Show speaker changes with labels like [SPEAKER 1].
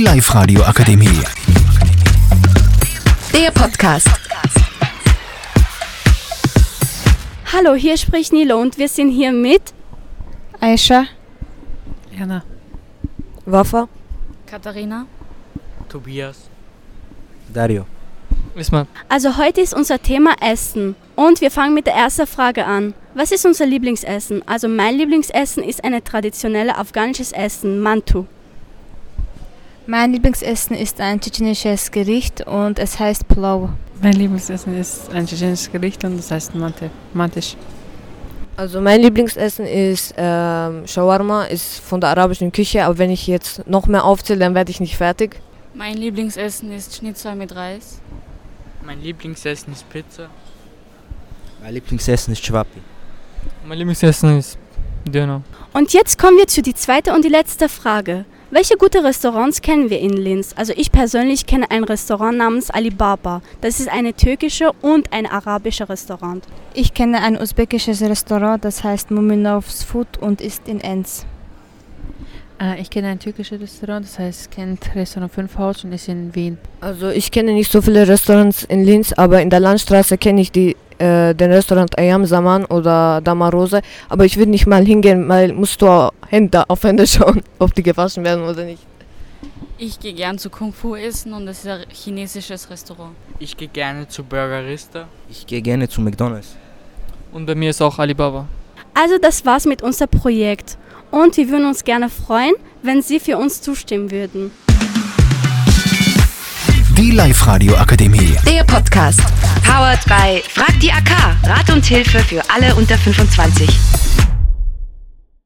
[SPEAKER 1] Live Radio Akademie.
[SPEAKER 2] Der Podcast.
[SPEAKER 3] Hallo, hier spricht Nilo und wir sind hier mit
[SPEAKER 4] Aisha,
[SPEAKER 5] Jana.
[SPEAKER 6] Waffa.
[SPEAKER 7] Katharina.
[SPEAKER 8] Tobias.
[SPEAKER 9] Dario.
[SPEAKER 8] Wismar.
[SPEAKER 3] Also heute ist unser Thema Essen. Und wir fangen mit der ersten Frage an. Was ist unser Lieblingsessen? Also mein Lieblingsessen ist ein traditionelles afghanisches Essen, Mantu.
[SPEAKER 4] mein Lieblingsessen ist ein tschetschenisches Gericht und es heißt Plau.
[SPEAKER 5] Mein Lieblingsessen ist ein tschetschenisches Gericht und das heißt Mante. Mantisch.
[SPEAKER 6] Also mein Lieblingsessen ist ähm, Shawarma, ist von der arabischen Küche, aber wenn ich jetzt noch mehr aufzähle, dann werde ich nicht fertig.
[SPEAKER 7] Mein Lieblingsessen ist Schnitzel mit Reis.
[SPEAKER 8] Mein Lieblingsessen ist Pizza.
[SPEAKER 9] Mein Lieblingsessen ist Schwappi.
[SPEAKER 8] Mein Lieblingsessen ist Döner.
[SPEAKER 3] Und jetzt kommen wir zu die zweite und die letzte Frage. Welche gute Restaurants kennen wir in Linz? Also ich persönlich kenne ein Restaurant namens Alibaba. Das ist eine türkische und ein arabische Restaurant.
[SPEAKER 4] Ich kenne ein usbekisches Restaurant, das heißt Muminovs Food und ist in Enz.
[SPEAKER 5] Äh, ich kenne ein türkisches Restaurant, das heißt Kent Restaurant 5 Haus und ist in Wien.
[SPEAKER 6] Also ich kenne nicht so viele Restaurants in Linz, aber in der Landstraße kenne ich die, äh, den Restaurant Ayam Saman oder Damarose. Aber ich würde nicht mal hingehen, weil musst du Hände auf Hände schauen, ob die gewaschen werden oder nicht.
[SPEAKER 7] Ich gehe gern zu Kung Fu essen und das ist ein chinesisches Restaurant.
[SPEAKER 8] Ich gehe gerne zu Burgerista.
[SPEAKER 9] Ich gehe gerne zu McDonalds.
[SPEAKER 8] Und bei mir ist auch Alibaba.
[SPEAKER 3] Also das war's mit unserem Projekt. Und wir würden uns gerne freuen, wenn Sie für uns zustimmen würden.
[SPEAKER 1] Die Live Radio Akademie.
[SPEAKER 2] Der Podcast. Powered by Frag die AK. Rat und Hilfe für alle unter 25.